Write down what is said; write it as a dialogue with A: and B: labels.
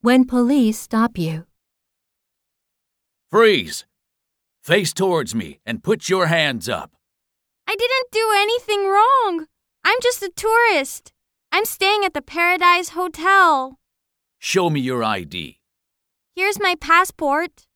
A: When police stop you,
B: Freeze! Face towards me and put your hands up.
C: I didn't do anything wrong. I'm just a tourist. I'm staying at the Paradise Hotel.
B: Show me your ID.
C: Here's my passport.